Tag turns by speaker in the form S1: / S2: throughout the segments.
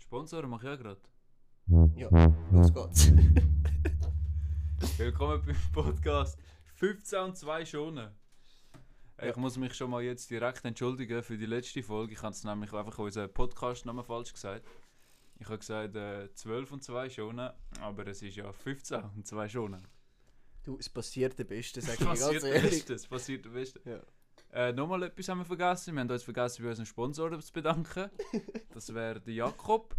S1: Sponsoren mache ich auch gerade.
S2: Ja, los geht's.
S1: Willkommen beim Podcast 15 und 2 Schonen. Ich
S2: Ja.
S1: muss mich schon mal jetzt direkt entschuldigen für die letzte Folge. Ich habe es nämlich einfach unseren Podcast-Namen falsch gesagt. Ich habe gesagt äh, 12 und 2 Schonen, aber es ist ja 15 und 2 Schonen.
S2: Du, es passiert der Beste, sag ich dir
S1: passiert
S2: ganz
S1: das
S2: ehrlich.
S1: Beste, es passiert das Beste.
S2: Ja.
S1: Äh, nochmal etwas haben wir vergessen. Wir haben uns vergessen, bei unseren Sponsoren zu bedanken. Das wäre der Jakob.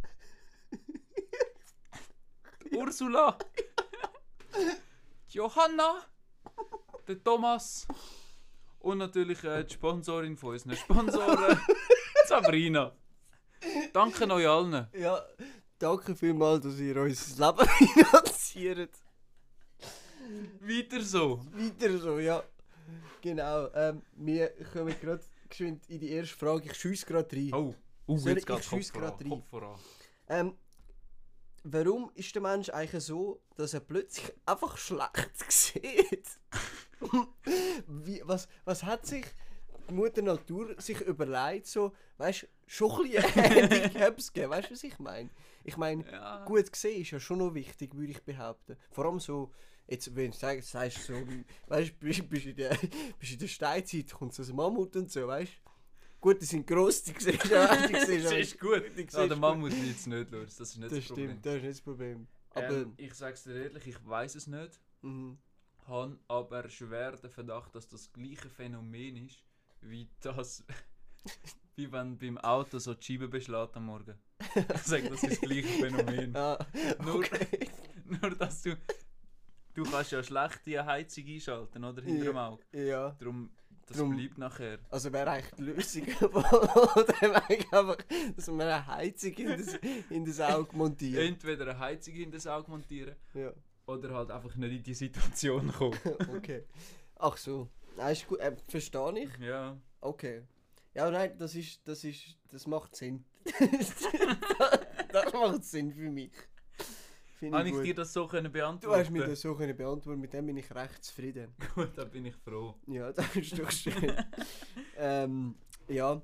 S1: die Ursula. die Johanna. Der Thomas. Und natürlich äh, die Sponsorin von unseren Sponsoren. Sabrina. Danke euch allen.
S2: Ja, danke vielmals, dass ihr unser Leben finanziert.
S1: Weiter so.
S2: Weiter so, ja. Genau, ähm, wir kommen gerade geschwind in die erste Frage. Ich schiesse gerade rein.
S1: Oh, uh,
S2: Soll
S1: jetzt
S2: ich-
S1: geht
S2: ich schiesse
S1: Kopf
S2: grad rein.
S1: voran. Kopf voran.
S2: Ähm, warum ist der Mensch eigentlich so, dass er plötzlich einfach schlecht sieht? Wie, was, was hat sich die Mutter Natur sich überlegt, so, weißt du, schon ein bisschen Handicaps geben, weißt du, was ich meine? Ich meine,
S1: Ja.
S2: gut gesehen ist ja schon noch wichtig, würde ich behaupten. Vor allem so, jetzt, wenn du sagst, sagst du so, weißt du, bist, bist, in der- bist in der Steinzeit, kommt so ein Mammut und so, weißt du? Gut, die sind gross, die siehst du auch, die siehst
S1: Das
S2: auch-
S1: ist gut.
S2: siehst
S1: Nein, der
S2: gut.
S1: Mann muss jetzt nicht los. Das ist nicht
S2: Das
S1: das Problem.
S2: stimmt, das ist nicht das Problem. Aber,
S1: Ähm, ich sag's dir ehrlich, ich weiß es nicht.
S2: mhm.
S1: Habe aber schwer den Verdacht, dass das gleiche Phänomen ist, wie das, wie wenn beim Auto so die Scheibe beschlägt am Morgen. Ich sag, das ist das gleiche Phänomen.
S2: ah,
S1: Nur-
S2: okay.
S1: Nur, dass du, du kannst ja schlecht die Heizung einschalten, oder? Hinter dem Auge.
S2: ja,
S1: Darum, das
S2: Drum-
S1: bleibt nachher.
S2: also wäre eigentlich die Lösung von dem eigentlich einfach, dass man eine Heizung in das, in das Auge montiert.
S1: Entweder eine Heizung in das Auge montieren
S2: Ja,
S1: oder halt einfach nicht in die Situation kommen.
S2: okay. Ach so. Nein, ist gut. Äh, Verstehe ich.
S1: ja.
S2: Okay. Ja, nein, das ist, das ist, das macht Sinn. das macht Sinn für mich. Finde
S1: Habe
S2: ich
S1: Ah, ich dir
S2: gut.
S1: das so können
S2: Du hast
S1: beantworten?
S2: mir das so können beantworten, mit dem bin ich recht zufrieden.
S1: Gut, da bin ich froh.
S2: Ja, das ist doch schön. ähm, ja,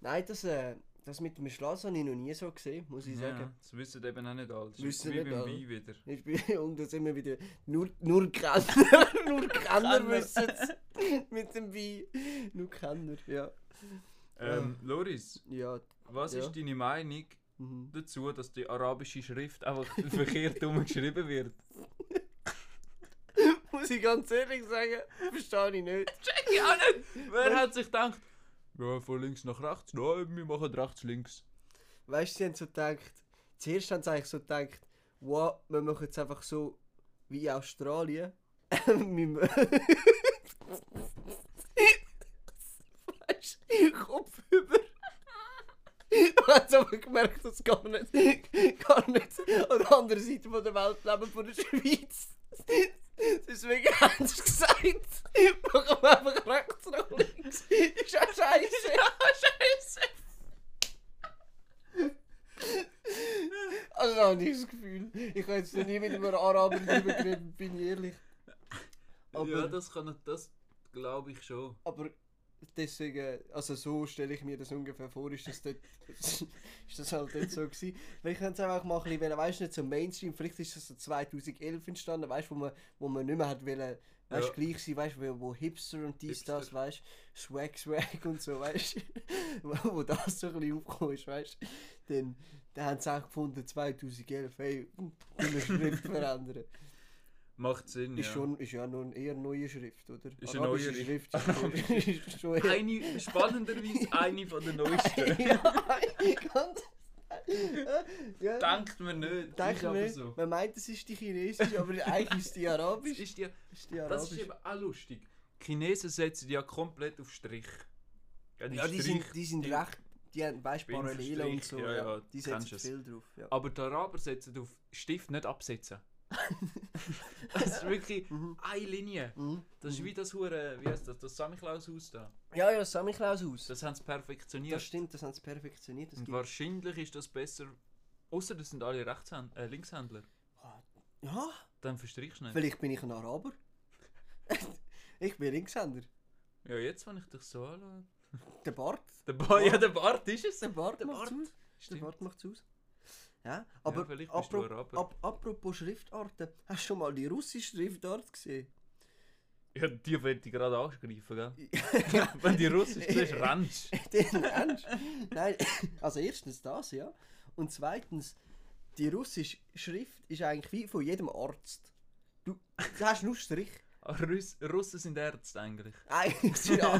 S2: nein, das, äh, das mit dem Schloss habe ich noch nie so gesehen, muss ich
S1: Ja,
S2: sagen.
S1: das wissen eben auch nicht alle. Das ist
S2: Wissen
S1: wie
S2: nicht
S1: beim
S2: alle.
S1: Wein wieder.
S2: Ich bin, und da sind wir wieder nur, nur Kenner, nur Kenner
S1: Kenner.
S2: wissen mit dem Wein. Nur Kenner, ja.
S1: Ähm, Loris,
S2: Ja,
S1: was
S2: Ja.
S1: ist deine Meinung
S2: mhm.
S1: dazu, dass die arabische Schrift einfach verkehrt umgeschrieben wird?
S2: muss ich ganz ehrlich sagen, verstehe ich nicht.
S1: Ja nicht! Wer hat sich gedacht? Ja, von links nach rechts. Nein, wir machen rechts links.
S2: Weißt du, sie haben so gedacht, zuerst haben sie eigentlich so gedacht, wow, wir machen jetzt einfach so wie in Australien. Wir mö- Weißt du, Kopf über. Ich habe aber gemerkt, dass gar nicht, gar nicht an der anderen Seite von der Welt leben, von der Schweiz. Deswegen haben sie gesagt, machen wir einfach rechts nach links. Ist ja scheiße.
S1: Scheiße!
S2: Also da habe ich das Gefühl. Ich habe jetzt noch nie mit einem Araber drüber geredet, bin ich ehrlich. Aber,
S1: Ja, das kann das glaube ich schon.
S2: aber deswegen, also so stelle ich mir das ungefähr vor, ist das, dort, ist das halt dort so gewesen. Vielleicht haben sie einfach mal ein bisschen, wollen, weißt du, nicht so Mainstream, vielleicht ist das so 2011 entstanden, weißt du, wo man, wo man nicht mehr hat wollen, weißt
S1: Ja.
S2: du, gleich sein, weißt du, wo- wo Hipster und dies,
S1: Hipster.
S2: das, weißt du, Swag, Swag und so, weißt du, wo, wo das so ein bisschen aufgekommen ist, weißt du, dann, dann haben sie auch gefunden, 2011, hey, wir müssen Schrift verändern.
S1: Macht Sinn,
S2: Ist,
S1: ja.
S2: schon, ist ja noch eine eher neue Schrift, oder?
S1: Ist eine neue
S2: Schrift. Schrift ist, ist schon eher...
S1: Eine, spannenderweise eine von den neuesten.
S2: ja, ganz... ja.
S1: Denkt man nicht.
S2: Denkt
S1: ist
S2: man
S1: aber
S2: nicht.
S1: so.
S2: Man meint, es ist die chinesische, aber eigentlich ist die
S1: Das
S2: arabisch.
S1: ist ja
S2: Ist die
S1: Das ist
S2: arabisch.
S1: eben auch lustig. Die Chinesen setzen die ja komplett auf Strich. Ja,
S2: ja, die sind, die sind
S1: die-
S2: recht... Die haben, weißt du,
S1: Pinselstrich,
S2: Parallelen und so.
S1: ja, ja, Ah.
S2: die
S1: kennst
S2: setzen
S1: es.
S2: viel drauf. Ja.
S1: Aber die Araber setzen auf Stift nicht absetzen. das ist wirklich
S2: Mhm.
S1: eine Linie.
S2: Mhm.
S1: Das ist wie das Hure, wie heißt das, das Samichlaus-Haus da.
S2: Ja, ja, das sah mich aus. Das,
S1: Das haben sie perfektioniert.
S2: stimmt, das haben sie perfektioniert. Das
S1: Und
S2: gibt...
S1: wahrscheinlich ist das besser, außer das sind alle Rechtshänd äh, Linkshändler.
S2: Ah, Ja,
S1: Dann verstrichst du nicht.
S2: vielleicht bin ich ein Araber. ich bin Linkshänder.
S1: Ja, jetzt, wenn ich dich so anschaue.
S2: Der Bart.
S1: Der Bart, ja, der Bart ist es.
S2: Der Bart
S1: Der
S2: macht's
S1: Bart.
S2: aus. Der
S1: Stimmt.
S2: Bart macht's aus. Ja? Aber
S1: vielleicht bist du
S2: apro
S1: ein Rapper.
S2: ap apropos Schriftarten, hast du schon mal die russische Schriftart gesehen?
S1: Ja, die wird dich gerade angegriffen, gell? Wenn die russisch ist, rennst du.
S2: Den Mensch. Nein, also erstens das, ja. Und zweitens, die russische Schrift ist eigentlich wie von jedem Arzt. Du, du hast nur Strich.
S1: Aber Russ Russen sind Ärzte eigentlich.
S2: Eigentlich, ja.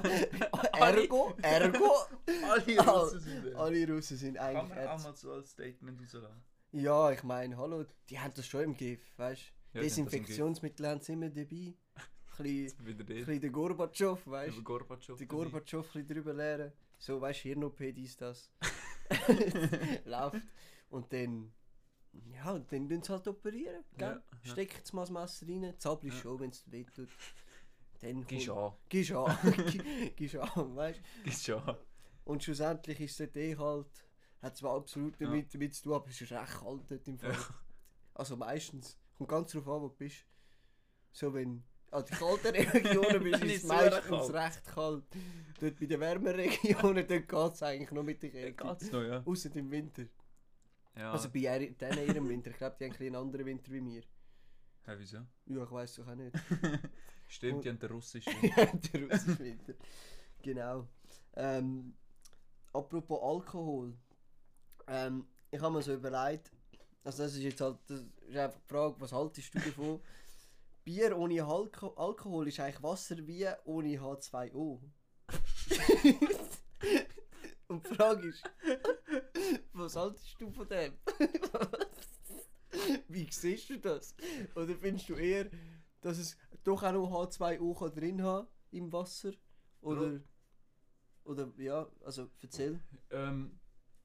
S2: Ergo, ergo.
S1: Alle Russen sind Ärzte.
S2: Alle Russen sind
S1: Kann
S2: eigentlich
S1: man auch
S2: Ärzte.
S1: mal so als Statement rauslassen.
S2: Ja, ich meine, hallo, die haben das schon im Griff, weißt du?
S1: Ja, die haben das im Griff.
S2: Desinfektionsmittel haben sie immer dabei. Ein bisschen,
S1: Wieder
S2: ein
S1: dort.
S2: bisschen den Gorbatschow, weißt
S1: Über
S2: du?
S1: Gorbatschow.
S2: Den
S1: dabei.
S2: Gorbatschow ein bisschen drüber leeren. So, weißt du, Hirnopädie ist das. Läuft. Und dann. Ja, und dann tun sie halt operieren. Gell?
S1: Ja, ja.
S2: Steckt mal das Messer rein, zappel ist schon, wenn es weh tut. Dann
S1: Gib's
S2: kommt-
S1: an.
S2: Gib's an. Gib's an, weißt
S1: Gib's an.
S2: Und schlussendlich ist es eh halt. Hat zwar absolut
S1: Ja.
S2: damit, damit zu tun, aber es ist recht kalt dort im Fall. Also meistens. Kommt ganz drauf an, wo du bist. So, wenn du an den kalten Regionen bist,
S1: Dann
S2: ist es
S1: ist es sehr
S2: meistens
S1: kalt.
S2: recht kalt. Dort bei den Wärmeregionen, dort geht es eigentlich noch mit der
S1: Ja,
S2: Kälte.
S1: geht's noch, ja.
S2: Außer im Winter.
S1: Ja.
S2: Also bei ihr- denen ihrem Winter. Ich glaube, die haben ein bisschen einen anderen Winter wie wir.
S1: Hä, wieso?
S2: Ja, ich weiß doch auch nicht.
S1: Stimmt,
S2: Und-
S1: die haben den russischen.
S2: der russische Winter. Genau. Ähm, apropos Alkohol. Ähm, ich habe mir so überlegt, also das ist jetzt halt das ist einfach die Frage, was haltest du davon? Bier ohne Alko Alkohol ist eigentlich Wasser wie ohne H2O. Und die Frage ist, was haltest du von dem? Wie siehst du das? Oder findest du eher, dass es doch auch noch H2O kann drin haben im Wasser? Oder, oder ja, also erzähl.
S1: ähm,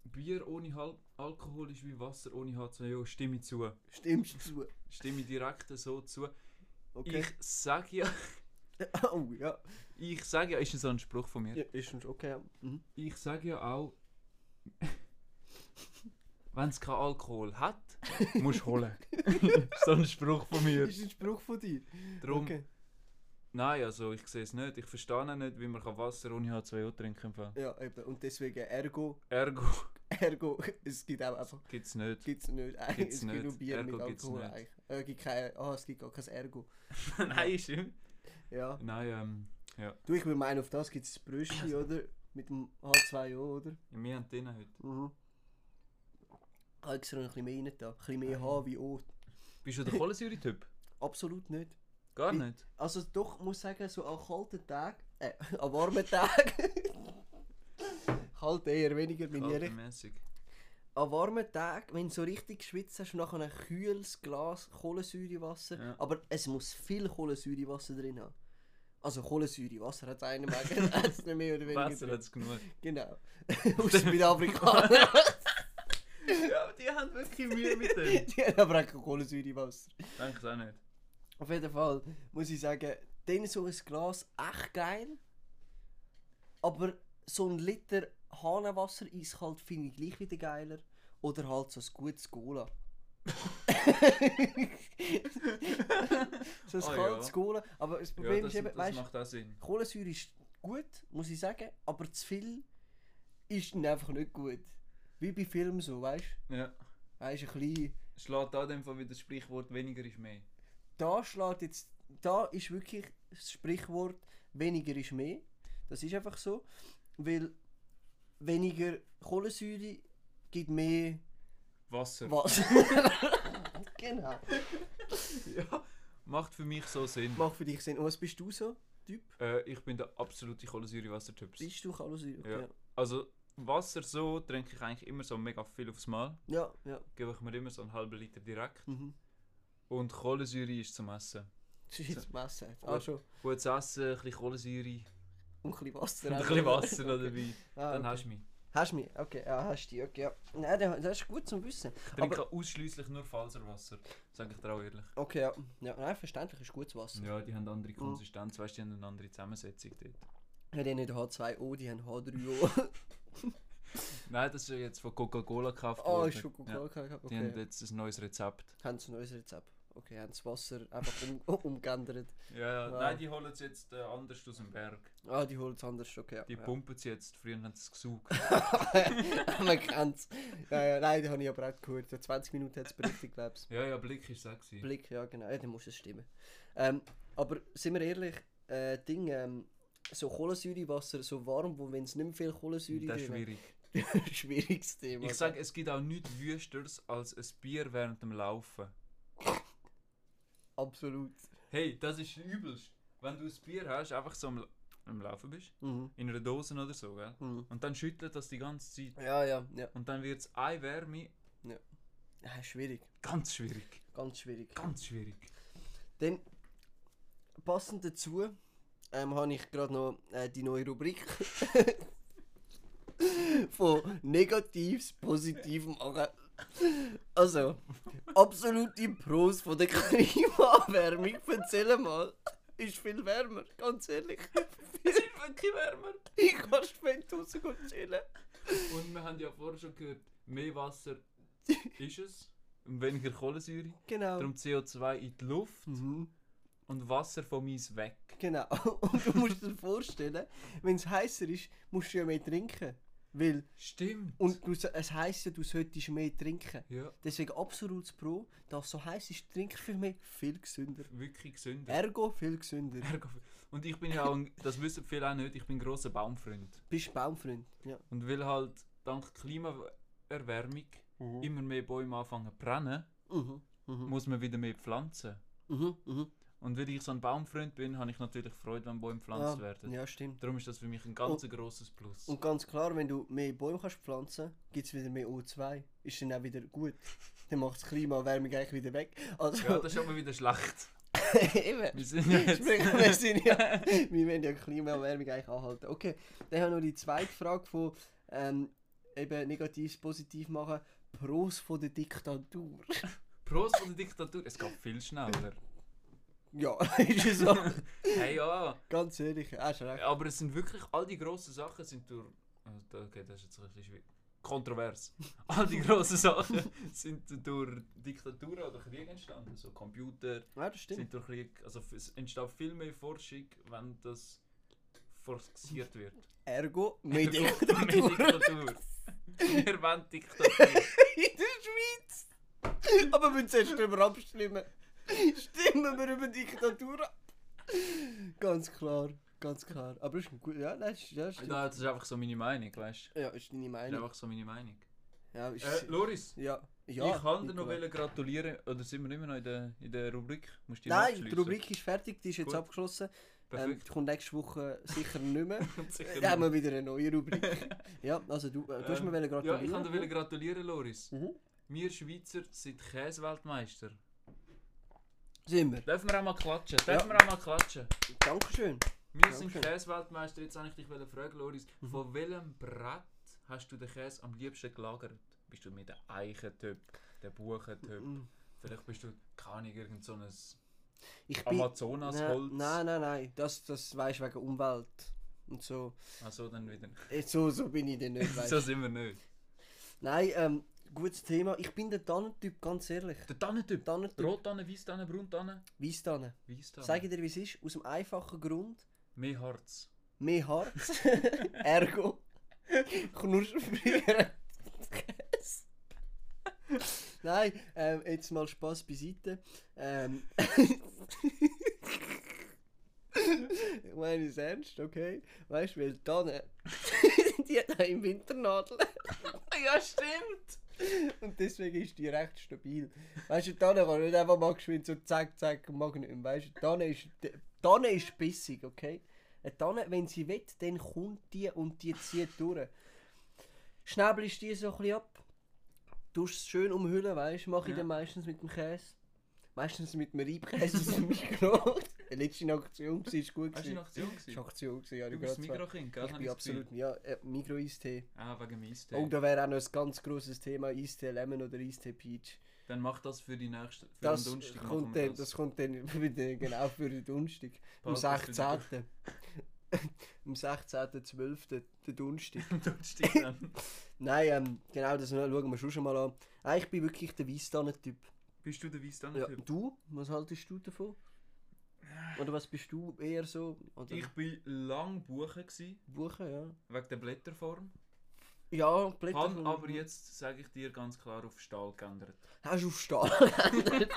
S1: Bier ohne Hal Alkohol ist wie Wasser ohne H2O. Stimme ich zu.
S2: Stimmst du zu?
S1: Stimme ich direkt so zu.
S2: Okay.
S1: Ich sag ja,
S2: oh, ja.
S1: ich sag ja, ist so ein Spruch von mir.
S2: ja. Ist schon okay. Mhm.
S1: Ich sag ja auch, wenn es keinen Alkohol hat, musst du holen. Ist so ein Spruch von mir.
S2: Ist ein Spruch von dir.
S1: Drum,
S2: Okay.
S1: nein, also ich sehe es nicht. Ich verstehe auch nicht, wie man kann Wasser ohne H2O trinken kann.
S2: Ja, eben. Und deswegen ergo,
S1: Ergo
S2: ergo, es gibt auch einfach.
S1: gibt es nicht.
S2: Gibt's nicht.
S1: Gibt's
S2: es gibt
S1: nicht.
S2: nur Bier
S1: Ergo
S2: mit
S1: gibt's
S2: Alkohol
S1: nicht.
S2: eigentlich. Äh, gibt kein, ah, es gibt gar kein Ergo.
S1: nein, stimmt.
S2: Ja.
S1: Nein, ähm,
S2: Du, ich will meinen, auf das gibt es das Bröschchen, oder? Mit dem H2O, oder?
S1: wir haben den heute.
S2: Mhm. Ich habe extra noch ein bisschen mehr rein da. Ein bisschen
S1: Ah,
S2: mehr H wie O.
S1: Bist du der Kohlensäure-Typ?
S2: Absolut nicht.
S1: Gar
S2: Ich-
S1: nicht.
S2: Also doch, muss ich sagen, so an kalten Tagen, äh, an warmen Tagen, kalt eher weniger, bin ich ehrlich.
S1: Kaltmäßig.
S2: An warmen Tagen, wenn du so richtig geschwitzt hast, nachher ein kühles Glas Kohlensäurewasser,
S1: Ja.
S2: aber es muss viel Kohlensäurewasser drin haben. Also Kohlensäurewasser hat einer Menge, hat es nicht mehr oder weniger
S1: Wasser
S2: drin.
S1: hat es genug.
S2: Genau. Aus Südafrikaner.
S1: ja, die haben wirklich Mühe mit dem.
S2: Die haben aber auch kein Kohlensäurewasser.
S1: Denke ich auch nicht.
S2: Auf jeden Fall muss ich sagen, dann so ein Glas echt geil. Aber so ein Liter Hahnenwasser eiskalt finde ich gleich wieder geiler. Oder halt so ein gutes Cola. so ein
S1: Ah, ja.
S2: kaltes Cola. Aber das Problem
S1: Ja, das,
S2: ist eben,
S1: das
S2: weißt
S1: macht auch Sinn.
S2: Kohlensäure ist gut, muss ich sagen, aber zu viel ist dann einfach nicht gut. Wie bei Filmen so, weißt du?
S1: Ja.
S2: Weißt du, ein bisschen.
S1: Schlägt da dem Fall wieder das Sprichwort weniger ist mehr.
S2: da schlägt jetzt, da ist wirklich das Sprichwort weniger ist mehr. Das ist einfach so, weil weniger Kohlensäure gibt mehr
S1: Wasser.
S2: Wasser. genau.
S1: ja. Macht für mich so Sinn.
S2: Macht für dich Sinn. Und was bist du so Typ?
S1: Äh, ich bin der absolute Kohlensäure-Wasser-Typ.
S2: Bist du Kohlensäure?
S1: Ja.
S2: Okay.
S1: Also Wasser so trinke ich eigentlich immer so mega viel aufs Mal.
S2: Ja, ja.
S1: Gebe ich mir immer so einen halben Liter direkt.
S2: Mhm.
S1: Und Kohlensäure ist zum Essen.
S2: Das ist jetzt Messer. Ah, schon.
S1: Gutes Essen, ein bisschen Kohlensäure
S2: Und ein bisschen Wasser.
S1: und ein
S2: auch.
S1: bisschen Wasser noch dabei.
S2: Ah,
S1: Dann
S2: okay.
S1: hast du mich.
S2: Hast du mich? Okay, ja, hast du die. Okay, ja. Nein, dann- das ist gut zum Wissen.
S1: Ich trinke ausschließlich nur Faserwasser, sage ich dir auch ehrlich.
S2: Okay, ja. ja nein, verständlich ist gutes Wasser.
S1: Ja, die haben andere Konsistenz, weißt du, die haben eine andere Zusammensetzung dort.
S2: Ja. Die haben nicht H2O, die haben H3O.
S1: Nein, das ist ja jetzt von Coca-Cola gekauft
S2: Ah,
S1: worden.
S2: ist schon Coca-Cola.
S1: Ja.
S2: gehabt,
S1: Die haben
S2: Okay.
S1: jetzt ein neues Rezept.
S2: Haben sie ein neues Rezept. Okay, haben das Wasser einfach um, umgeändert.
S1: Ja, ja.
S2: Wow.
S1: Nein, die holen es jetzt äh, anders aus dem Berg.
S2: Ah, die holen es anders, okay. Ja,
S1: Die
S2: ja.
S1: pumpen es jetzt. Früher haben sie es gesucht.
S2: Man kennt es. Ja, ja, nein, den habe ich aber auch gehört. 20 Minuten hat es berichtet, glaube ich.
S1: ja, ja, Blick ist es auch. gewesen.
S2: Blick, ja eh, genau, ja, dann muss es stimmen. Ähm, aber sind wir ehrlich, äh, Ding, ähm, so Kohlensäurewasser, so warm, wo wenn es nicht mehr viel Kohlensäure
S1: Das ist
S2: drin
S1: schwierig.
S2: hat. Schwieriges Thema.
S1: Ich sage, es gibt auch nichts Wüsters als ein Bier während dem Laufen.
S2: Absolut.
S1: Hey, das ist übelst. Wenn du ein Bier hast, einfach so am, La- am Laufen bist,
S2: Mhm.
S1: in einer Dose oder so, gell?
S2: Mhm.
S1: Und dann schüttelt das die ganze Zeit.
S2: Ja, ja, ja.
S1: Und dann wird es eine Wärme.
S2: Ah, schwierig,
S1: Ganz schwierig.
S2: ganz schwierig.
S1: Ganz schwierig.
S2: Dann, passend dazu, ähm, habe ich gerade noch äh, die neue Rubrik von Negatives positiv machen. Also, absolute Pros von der Klimaerwärmung, erzähl mal. Ist viel wärmer, ganz ehrlich.
S1: Es ist wirklich wärmer.
S2: Ich kann spät draußen chillen.
S1: Und wir haben ja vorher schon gehört, mehr Wasser ist es. Und weniger Kohlensäure.
S2: Genau.
S1: Darum CO2 in die Luft
S2: Mhm.
S1: und Wasser vom Eis weg.
S2: Genau. Und du musst dir vorstellen, wenn es heißer ist, musst du ja mehr trinken. Weil
S1: Stimmt.
S2: Und du, so- es heisst ja, du solltest mehr trinken.
S1: ja,
S2: Deswegen absolutes Pro, dass so heiß ist, trink viel mehr, viel gesünder.
S1: wirklich gesünder.
S2: Ergo viel gesünder.
S1: Und ich bin ja auch, ein, das wissen viele auch nicht, ich bin großer Baumfreund.
S2: Bist Baumfreund. Ja.
S1: Und will halt dank Klimaerwärmung
S2: Mhm.
S1: immer mehr Bäume anfangen zu brennen,
S2: Mhm. Mhm.
S1: muss man wieder mehr pflanzen.
S2: Mhm. Mhm.
S1: Und weil ich so ein Baumfreund bin, habe ich natürlich Freude, wenn Bäume gepflanzt
S2: Ja,
S1: werden.
S2: Ah, ja, stimmt.
S1: Darum ist das für mich ein ganz grosses Plus.
S2: Und ganz klar, wenn du mehr Bäume kannst pflanzen, gibt es wieder mehr O2. Ist dann auch wieder gut. Dann macht das Klimaerwärmung eigentlich wieder weg. Also,
S1: Ja, das ist aber wieder schlecht.
S2: eben.
S1: Wir sind ja
S2: Sprich, wir
S1: jetzt...
S2: sind ja, wir wollen ja Klimaerwärmung eigentlich anhalten. Okay, dann haben wir noch die zweite Frage von ähm, eben negativ positiv machen. Pros von der Diktatur.
S1: Prost von der Diktatur. Es geht viel schneller.
S2: Ja, ist ja so.
S1: Hey ja,
S2: Ganz ehrlich, hast du recht.
S1: aber es sind wirklich, all die grossen Sachen sind durch... äh, Okay, das ist jetzt ein bisschen schwierig. Kontrovers. All die grossen Sachen sind durch Diktaturen oder Krieg entstanden. So Computer
S2: Ja, das stimmt.
S1: sind durch Krieg... Also es entsteht viel mehr Forschung, wenn das forciert wird.
S2: Ergo, mehr
S1: Mit
S2: Diktatur
S1: Diktatur. Wir wollen Diktatur.
S2: in der Schweiz. Aber wir müssen zuerst darüber abstimmen. Stimmen wir über Diktatur ab. Ganz klar, ganz klar. Aber ist ein gut. Ja, nein, das ist- ja, stimmt.
S1: Ja, das ist einfach so meine Meinung, weißt du?
S2: Ja, Eh, ist deine
S1: Das ist
S2: Meinung.
S1: einfach so meine Meinung.
S2: Ja, ist,
S1: Äh, Loris,
S2: Ja, ja.
S1: ich kann dir noch
S2: Nicola.
S1: wollen gratulieren, oder sind wir immer noch in der, in der Rubrik? Musst du noch
S2: Nein, die
S1: abschliessen?
S2: Rubrik ist fertig, die ist jetzt
S1: Gut.
S2: abgeschlossen. Ähm, die
S1: Perfekt.
S2: kommt nächste Woche sicher nicht mehr.
S1: Sicher
S2: Dann haben
S1: noch.
S2: wir wieder eine neue Rubrik. ja, also du, äh, du hast mir
S1: Ähm,
S2: wollen
S1: ja, ich kann
S2: gratulieren.
S1: dir wollen gratulieren, Loris.
S2: Mhm.
S1: Wir Schweizer sind Käseweltmeister.
S2: Sind wir.
S1: Dürfen wir auch mal klatschen?
S2: Ja.
S1: Dürfen wir auch mal klatschen?
S2: Dankeschön.
S1: Wir sind
S2: Dankeschön.
S1: Käseweltmeister. Jetzt wollte ich dich wollen fragen, Loris,
S2: Mhm.
S1: von welchem Brett hast du den Käse am liebsten gelagert? Bist du mit der Eichentyp, der Buchentyp?
S2: Mhm.
S1: Vielleicht bist du, keine Ahnung, irgend so ein
S2: Ich bin. Nein,
S1: Amazonas-Holz.
S2: nein, nein, nein. Das, das weißt du wegen Umwelt. Und so.
S1: Also dann wieder.
S2: Äh, So, so bin ich dann nicht, weißt
S1: so
S2: du.
S1: sind wir nicht.
S2: Nein, ähm, gutes Thema. Ich bin der Tannentyp, ganz ehrlich.
S1: Der Tannentyp.
S2: Tannentyp.
S1: Rottanne, Weißtanne, Brauntanne,
S2: Weisstannen.
S1: Weißtanne.
S2: Sag ich dir, wie es ist. Aus dem einfachen Grund.
S1: Mehr Harz.
S2: mehr Harz, ergo knuspriger Käse. Nein, ähm, jetzt mal Spaß beiseite. Ähm, ich meine es ernst, okay? Weißt du, weil die Tanne, die hat auch im Winter Nadeln.
S1: Ja, stimmt.
S2: Und deswegen ist die recht stabil. Weißt du, die Tanne kann nicht einfach mal geschwind so zack, zack, mag nicht mehr. Weißt du, die Tanne ist, die Tanne ist bissig, okay? Eine Tanne, wenn sie will, dann kommt die und die zieht durch. Schnäbelst die so ein bisschen ab. Du es schön umhüllen, weißt du, mache ich
S1: Ja.
S2: dann meistens mit dem Käse. Meistens mit einem Reibkäse aus dem Mikro. Die letzte Aktion war ist gut.
S1: Hast du
S2: gewesen.
S1: eine Aktion
S2: Das
S1: gesehen?
S2: war eine Aktion, ja,
S1: Du
S2: ich
S1: bist
S2: gerade zwei.
S1: Mikrokind, gell?
S2: Ich
S1: Hab
S2: bin
S1: das
S2: absolut,
S1: Gefühl.
S2: ja, äh, Mikro-Eistee.
S1: Ah, wegen Eistee.
S2: Oh, da wäre auch noch ein ganz grosses Thema, Eistee Lemon oder Eistee Peach.
S1: Dann mach das für die nächste. Für
S2: Das
S1: den Donnerstag machen
S2: kommt,
S1: wir
S2: dann, das kommt dann wieder genau für den Donnerstag. Am
S1: Bald ist wieder-
S2: 16. Am 16.12. der Donnerstag.
S1: Am Donnerstag dann.
S2: Nein, ähm, genau, das schauen wir schon mal an. Nein, ich bin wirklich der Weißtannen-Typ.
S1: Bist du der
S2: Ja,
S1: Weißtanne-Typ?
S2: du, was haltest du davon? Oder was bist du eher so? Oder
S1: Ich bin lang buchen gsi
S2: Buchen, ja.
S1: wegen der Blätterform.
S2: Ja, Blätter.
S1: Habe aber jetzt, sage ich dir ganz klar, auf Stahl geändert.
S2: Hast du auf Stahl geändert?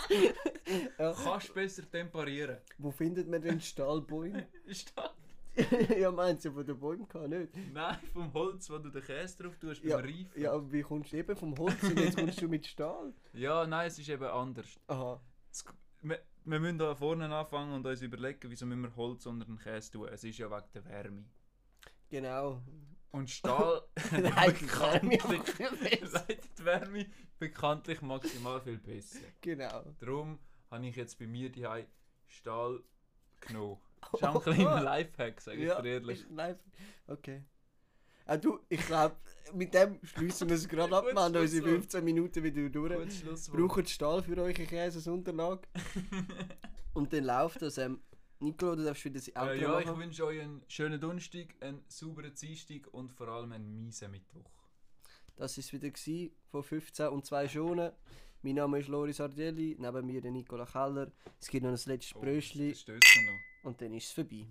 S2: ja.
S1: Kannst besser temperieren.
S2: Wo findet man denn Stahlbäume?
S1: Stahl?
S2: ja, meinst du, von den Bäumen kann nicht.
S1: Nein, vom Holz, wo du den Käse drauf tust, beim
S2: Ja,
S1: Reifen.
S2: ja, aber wie kommst du eben vom Holz und jetzt kommst du mit Stahl?
S1: ja, nein, es ist eben anders.
S2: Aha.
S1: Das- Wir, wir müssen da vorne anfangen und uns überlegen, wieso müssen wir Holz unter den Käse tun. Es ist ja wegen der Wärme.
S2: Genau.
S1: Und Stahl
S2: Nein, kann ich
S1: bekanntlich,
S2: einfach nicht besser.
S1: leitet die Wärme bekanntlich maximal viel besser.
S2: Genau.
S1: Darum habe ich jetzt bei mir die Stahl genommen. Das ist auch ein kleiner Lifehack, sage ich dir ehrlich.
S2: ist live. Okay. Ah, du, ich glaube, mit dem schließen wir es gerade ab.
S1: Gut,
S2: Wir haben unsere
S1: Schlusswort.
S2: 15 Minuten wieder durch.
S1: Gutes Schlusswort.
S2: Braucht Stahl für euch Käse als Unterlage. Und dann läuft das. Ähm, Nicolo, du darfst wieder das Auto
S1: Äh, ja, ich
S2: machen.
S1: wünsche euch einen schönen Donnerstag, einen sauberen Dienstag und vor allem einen miesen Mittwoch.
S2: Das war wieder gsi von 15 und 2 Schonen. Mein Name ist Loris Ardelli, neben mir der Nicola Keller. Es gibt noch ein letztes
S1: Oh,
S2: Bröschli
S1: Das stößt noch.
S2: und dann ist es vorbei.